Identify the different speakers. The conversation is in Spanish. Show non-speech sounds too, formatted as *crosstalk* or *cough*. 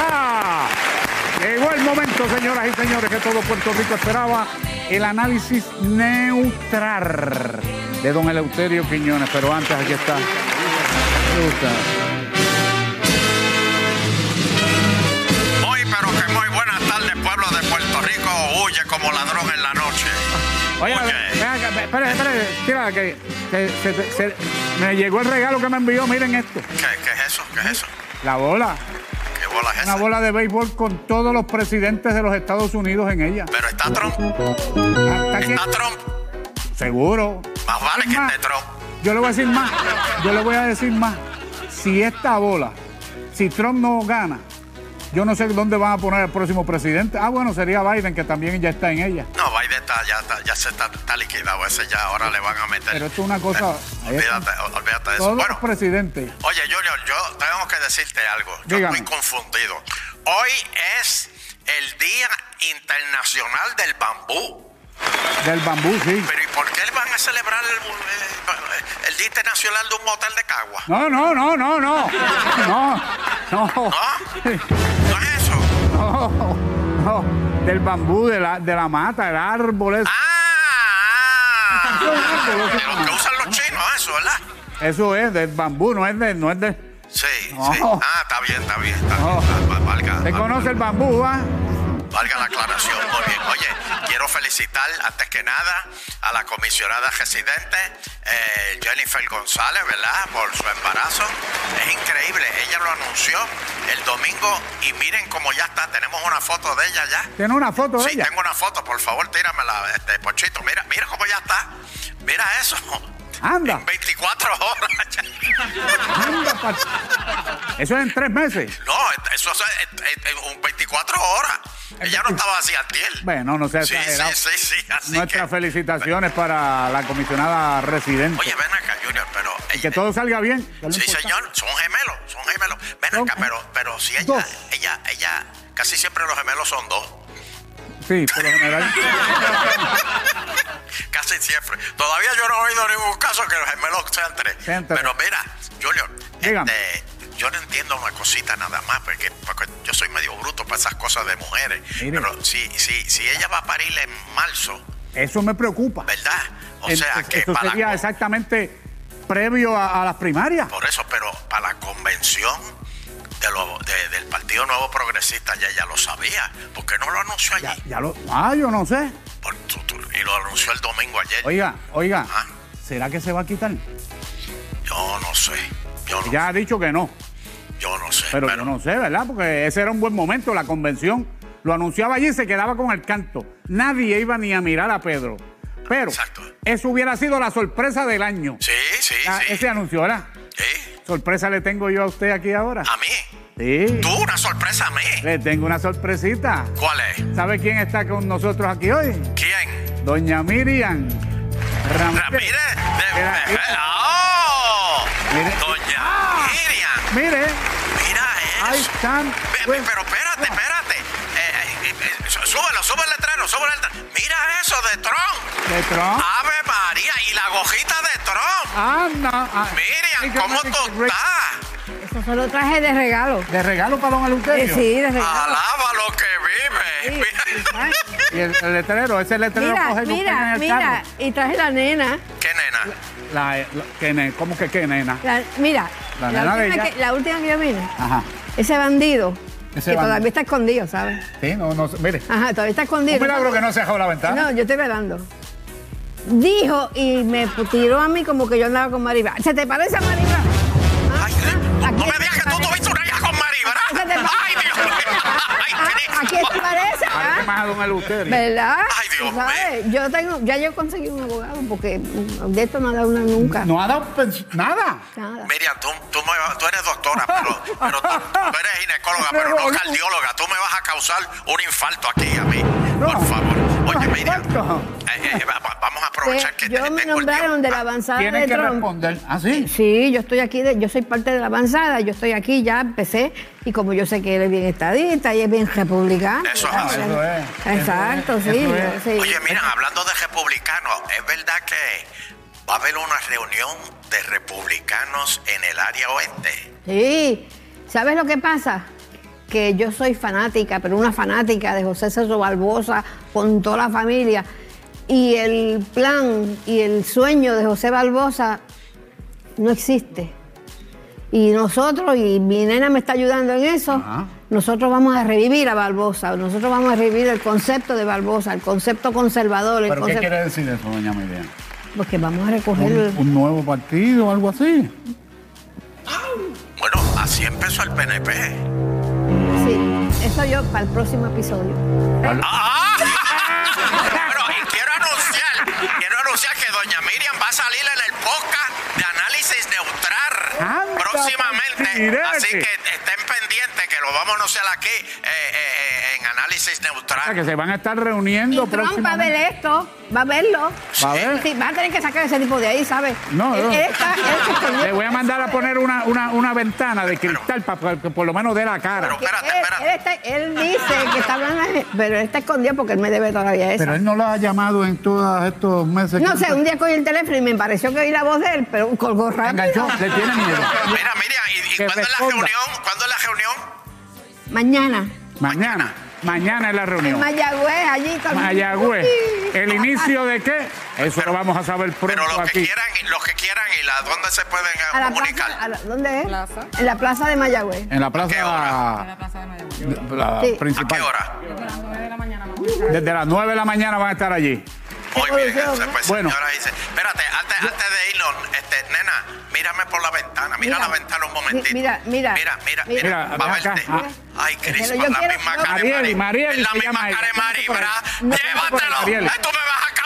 Speaker 1: ¡Ah! Señoras y señores, que todo Puerto Rico esperaba el análisis neutral de don Eleuterio Quiñones. Pero antes, aquí está.
Speaker 2: Muy pero que muy buenas tardes, pueblo de Puerto Rico. Huye como ladrón en la noche.
Speaker 1: Oye,
Speaker 2: Oye.
Speaker 1: ven acá, ve- espere, espere, tira, que, que se- se- se- me llegó el regalo que me envió. Miren esto:
Speaker 2: ¿Qué, qué es eso? ¿Qué es eso?
Speaker 1: la bola.
Speaker 2: ¿Qué bola es
Speaker 1: Una
Speaker 2: esa?
Speaker 1: bola de béisbol con todos los presidentes de los Estados Unidos en ella.
Speaker 2: Pero está Trump,
Speaker 1: Hasta que-
Speaker 2: está Trump.
Speaker 1: seguro.
Speaker 2: Más vale que
Speaker 1: Ma-
Speaker 2: esté Trump.
Speaker 1: Yo le voy a decir más. Yo le voy a decir más. Si esta bola, si Trump no gana, yo no sé dónde van a poner al próximo presidente. Ah, bueno, sería Biden, que también ya está en ella.
Speaker 2: No, Biden está, ya, está- ya se está, está liquidado. Ese ya ahora le van a meter. Eh,
Speaker 1: Pero esto es una cosa- ahí está.
Speaker 2: Olvídate, ol- olvídate de eso.
Speaker 1: Todos los
Speaker 2: Bueno,
Speaker 1: presidentes.
Speaker 2: oye, Junior, yo tengo que decirte algo. Yo
Speaker 1: Dígame.
Speaker 2: estoy confundido. Hoy es el Día Internacional del Bambú.
Speaker 1: Del bambú, sí.
Speaker 2: Pero ¿y por qué van a celebrar el, eh, el Día Internacional de un motel de Cagua?
Speaker 1: No, no, no, no, no. No, no,
Speaker 2: ¿No? ¿No es eso?
Speaker 1: no. no. Del bambú, de la, de la mata, el árbol. Eso,
Speaker 2: ¡Ah! De lo que
Speaker 1: ah.
Speaker 2: usan los chinos, eso, ¿verdad?
Speaker 1: Eso es, del bambú, no es de. No es de
Speaker 2: Sí,
Speaker 1: No.
Speaker 2: sí. Ah, está bien, está bien, está bien.
Speaker 1: No.
Speaker 2: Ah, va- Valga,
Speaker 1: ¿Se
Speaker 2: va-
Speaker 1: conoce el bambú, ah? va?
Speaker 2: valga la aclaración, muy bien. Oye, quiero felicitar antes que nada a la comisionada residente eh, Jennifer González, ¿verdad? Por su embarazo. Es increíble, ella lo anunció el domingo y miren cómo ya está, tenemos una foto de ella ya.
Speaker 1: Tiene una foto de
Speaker 2: Sí,
Speaker 1: ella.
Speaker 2: tengo una foto, por favor, tíramela, este, Pochito. Mira, mira cómo ya está. Mira eso.
Speaker 1: Anda.
Speaker 2: En 24 horas. *laughs* ya.
Speaker 1: Anda, pa- Eso es en tres meses.
Speaker 2: No, eso es eh, eh, un 24 horas. Ella no estaba así antier.
Speaker 1: Bueno, no sea
Speaker 2: Sí,
Speaker 1: exagerado.
Speaker 2: sí, sí, sí. Así
Speaker 1: Nuestras
Speaker 2: que,
Speaker 1: felicitaciones para la comisionada residente.
Speaker 2: Oye, ven acá, Junior, pero. eh,
Speaker 1: que todo salga bien. que es lo
Speaker 2: Sí,
Speaker 1: importante.
Speaker 2: señor, son gemelos, son gemelos. Ven
Speaker 1: Son
Speaker 2: acá, pero, pero si ella,
Speaker 1: dos.
Speaker 2: ella, ella, casi siempre los gemelos son dos.
Speaker 1: Sí, por lo general.
Speaker 2: Casi siempre. Todavía yo no he oído ningún caso que los gemelos sean tres.
Speaker 1: Sean tres.
Speaker 2: Pero mira, Junior,
Speaker 1: Dígame.
Speaker 2: este, yo no entiendo una cosita nada más, porque, porque yo soy medio bruto para esas cosas de mujeres.
Speaker 1: Mire.
Speaker 2: Pero si, si, si ella va a parir en marzo,
Speaker 1: Eso me preocupa.
Speaker 2: ¿verdad? O
Speaker 1: Entonces,
Speaker 2: sea, que
Speaker 1: eso
Speaker 2: para
Speaker 1: sería
Speaker 2: la,
Speaker 1: exactamente previo a, a las primarias.
Speaker 2: por eso, pero para la convención de lo- de- del Partido Nuevo Progresista ya ella lo sabía. ¿Por qué no lo anunció
Speaker 1: Ya,
Speaker 2: allí?
Speaker 1: ya lo. Ah, yo no sé.
Speaker 2: Por tu- tu- y lo anunció el domingo ayer.
Speaker 1: Oiga, oiga.
Speaker 2: Ah.
Speaker 1: ¿Será que se va a quitar?
Speaker 2: Yo no sé. Yo no,
Speaker 1: Ya ha dicho que no.
Speaker 2: yo no sé.
Speaker 1: Pero yo no sé, ¿verdad? Porque ese era un buen momento, la convención. Lo anunciaba allí y se quedaba con el canto. Nadie iba ni a mirar a Pedro. Pero
Speaker 2: Exacto.
Speaker 1: eso hubiera sido la sorpresa del año.
Speaker 2: Sí, sí,
Speaker 1: Ah,
Speaker 2: sí.
Speaker 1: Ese anuncio, ¿verdad?
Speaker 2: Sí,
Speaker 1: Sorpresa le tengo yo a usted aquí ahora.
Speaker 2: a mí.
Speaker 1: Sí.
Speaker 2: Ah, Tú, una sorpresa a mí.
Speaker 1: Le tengo una sorpresita.
Speaker 2: ¿Cuál es?
Speaker 1: ¿Sabe quién está con nosotros aquí hoy?
Speaker 2: ¿Quién?
Speaker 1: Doña Miriam. Ramírez.
Speaker 2: Ramírez de
Speaker 1: Mira,
Speaker 2: Mejía. ¡Oh!
Speaker 1: Mira.
Speaker 2: Doña
Speaker 1: Ah.
Speaker 2: Miriam.
Speaker 1: Mire,
Speaker 2: Mira
Speaker 1: ahí
Speaker 2: eso.
Speaker 1: están.
Speaker 2: Ve- ve,
Speaker 1: pues,
Speaker 2: Pero espérate, espérate. Eh, eh, eh, eh, sú- súbelo, sube el letrero, sube el letrero. Mira eso de Trump.
Speaker 1: de Trump.
Speaker 2: Ave María y la gojita de Trump.
Speaker 1: Anda. ah.
Speaker 2: Miriam, ¿cómo tú estás?
Speaker 3: Eso solo traje de regalo.
Speaker 1: De regalo para don
Speaker 3: Eh,
Speaker 1: Eleuterio.
Speaker 3: sí, de regalo.
Speaker 2: Alaba lo que *laughs*
Speaker 3: Sí,
Speaker 2: vive. Mira.
Speaker 3: exacto.
Speaker 1: Y el, el letrero, ese letrero coge
Speaker 3: Mira,
Speaker 1: que usted en
Speaker 3: mira,
Speaker 1: el
Speaker 3: mira.
Speaker 1: carro.
Speaker 3: Y traje la nena.
Speaker 2: ¿Qué nena?
Speaker 1: La, la- ¿qué ne- ¿Cómo que qué, nena?
Speaker 3: La- mira,
Speaker 1: La nena de
Speaker 3: última
Speaker 1: ella.
Speaker 3: que, la última que yo vine.
Speaker 1: Ajá.
Speaker 3: Ese bandido.
Speaker 1: Ese
Speaker 3: que
Speaker 1: bandido.
Speaker 3: todavía está escondido, ¿sabes?
Speaker 1: Sí, no, no, mire.
Speaker 3: Ajá, todavía está escondido.
Speaker 1: Un milagro que no se dejado la ventana.
Speaker 3: No, yo estoy velando. Dijo y me tiró a mí como que yo andaba con Maribá. ¿Se te parece a Maribá? Ah,
Speaker 2: Ay, no,
Speaker 3: ah,
Speaker 2: no
Speaker 3: aquí
Speaker 2: me digas
Speaker 3: se
Speaker 2: que tú
Speaker 3: parece.
Speaker 2: tuviste una hija con Maribra.
Speaker 3: ¿A qué te parece?
Speaker 2: Ay, Dios mío. Ay,
Speaker 3: Ah, ¿A quién
Speaker 2: Cristo.
Speaker 3: te parece?
Speaker 1: Parece
Speaker 3: ah?
Speaker 1: más a don Eleuterio.
Speaker 3: ¿Verdad?
Speaker 2: Ay, Dios
Speaker 3: Tú sabes, Yo tengo, ya yo conseguí un abogado porque mm, de esto no ha dado una nunca.
Speaker 1: No ha dado pens- nada.
Speaker 3: Nada.
Speaker 2: Miriam, tú, tú me- tú eres doctora, pero, pero tú, tú eres ginecóloga, pero no cardióloga. Tú me vas a causar un infarto aquí a mí.
Speaker 1: No.
Speaker 2: Por favor. Oye, Miriam,
Speaker 1: Infarto.
Speaker 2: eh, eh, va- va- vamos a aprovechar que
Speaker 3: Pues, yo
Speaker 2: te-
Speaker 3: me
Speaker 2: tengo el
Speaker 3: nombraron de la
Speaker 2: tiempo. Ah,
Speaker 3: avanzada
Speaker 1: Tiene
Speaker 3: de
Speaker 1: que
Speaker 3: Trump.
Speaker 1: responder. Ah, sí.
Speaker 3: Sí, yo estoy aquí, de- yo soy parte de la avanzada, yo estoy aquí, ya empecé, y como yo sé que él es bien estadista y es bien republicano.
Speaker 2: Eso es
Speaker 3: ya,
Speaker 2: así.
Speaker 1: Eso es, eso es,
Speaker 3: Exacto, sí,
Speaker 1: eso es.
Speaker 3: sí.
Speaker 2: Oye, Miriam, hablando de republicanos, ¿es verdad que va a haber una reunión de republicanos en el área oeste?
Speaker 3: Sí, ¿sabes lo que pasa? que yo soy fanática, pero una fanática de José César Barbosa con toda la familia. Y el plan y el sueño de José Barbosa no existe. Y nosotros, y mi nena me está ayudando en eso,
Speaker 1: Ajá.
Speaker 3: nosotros vamos a revivir a Barbosa, nosotros vamos a revivir el concepto de Barbosa, el concepto conservador, el
Speaker 1: ¿Pero qué
Speaker 3: concepto-
Speaker 1: quiere decir eso, doña Miriam?
Speaker 3: Porque vamos a recoger
Speaker 1: ¿Un,
Speaker 3: el-
Speaker 1: un nuevo partido o algo así?
Speaker 2: Bueno, así empezó el PNP.
Speaker 3: Sí, eso yo para el próximo episodio.
Speaker 2: ¡Ah! Bueno, y quiero anunciar, quiero anunciar que doña Miriam va a salir en el podcast de análisis neutral
Speaker 1: Anda,
Speaker 2: próximamente.
Speaker 1: Pachi,
Speaker 2: Así
Speaker 1: mirete.
Speaker 2: que estén pendientes que lo vamos a anunciar aquí eh, eh, eh, en análisis
Speaker 1: O sea,
Speaker 2: neutral.
Speaker 1: Ah, que se van a estar reuniendo
Speaker 3: Y Trump va a ver
Speaker 1: próximamente.
Speaker 3: esto, va a verlo.
Speaker 1: Va a ver.
Speaker 3: Sí, va a tener que sacar ese tipo de ahí, ¿sabes?
Speaker 1: No,
Speaker 3: Él-
Speaker 1: no.
Speaker 3: él está- él se escondió.
Speaker 1: Le voy a mandar a poner una, una, una ventana de cristal para que por lo menos dé la cara.
Speaker 2: Pero-
Speaker 3: Que
Speaker 2: Espérate,
Speaker 3: él-
Speaker 2: espérate.
Speaker 3: Él, está- él dice que está hablando, pero él está escondido porque él me debe todavía eso.
Speaker 1: Pero él no la ha llamado en todos estos meses.
Speaker 3: No
Speaker 1: que-
Speaker 3: sé, un día cogí el teléfono y me pareció que oí la voz de él, pero colgó
Speaker 1: La
Speaker 3: rápido.
Speaker 1: Enganchó, le tiene miedo.
Speaker 2: Mira, Miriam, ¿y, y
Speaker 1: Que
Speaker 2: cuándo es la
Speaker 1: responda.
Speaker 2: reunión? ¿Cuándo es la reunión?
Speaker 3: Mañana,
Speaker 1: Mañana, mañana es la
Speaker 3: en
Speaker 1: reunión.
Speaker 3: Mayagüez, allí con
Speaker 1: Mayagüez.
Speaker 3: Uy.
Speaker 1: ¿El inicio de qué? Eso lo vamos a saber pronto
Speaker 2: Pero los que
Speaker 1: aquí.
Speaker 2: quieran, los que quieran y la, dónde se pueden eh,
Speaker 3: A la
Speaker 2: comunicar.
Speaker 3: plaza, a la- ¿Dónde es?
Speaker 4: Plaza.
Speaker 3: En la plaza de Mayagüez.
Speaker 1: En la
Speaker 2: ¿A qué hora?
Speaker 4: En
Speaker 1: plaza
Speaker 4: la plaza de Mayo.
Speaker 1: la
Speaker 3: Sí.
Speaker 2: ¿A qué
Speaker 1: principal.
Speaker 2: hora?
Speaker 4: Desde las 9 de la mañana más
Speaker 1: Desde las 9 de la mañana van a estar allí.
Speaker 2: Muy bien,
Speaker 3: producción,
Speaker 2: entonces,
Speaker 3: ¿no?
Speaker 2: pues,
Speaker 1: Bueno.
Speaker 2: señora dice, espérate, antes, antes de irnos, este, nena, mírame por la ventana, mira,
Speaker 3: Mira.
Speaker 2: la ventana un momentito.
Speaker 3: Mira, mira.
Speaker 2: Mira, mira, mira,
Speaker 1: Mira,
Speaker 2: va a
Speaker 1: acá,
Speaker 2: verte.
Speaker 1: ah.
Speaker 2: Ay, Cris,
Speaker 3: Pero yo
Speaker 2: la
Speaker 3: quiero-
Speaker 2: misma
Speaker 3: yo-
Speaker 2: cara de
Speaker 1: Marieli,
Speaker 2: Mari.
Speaker 1: Marieli
Speaker 2: Es la
Speaker 1: se
Speaker 2: misma
Speaker 1: llama
Speaker 2: cara de
Speaker 1: ella.
Speaker 2: Mari,
Speaker 1: No,
Speaker 2: ¿verdad?
Speaker 1: no, no, no,
Speaker 2: ¡Llévatelo!
Speaker 1: Marieli.
Speaker 2: Ay, tú me vas a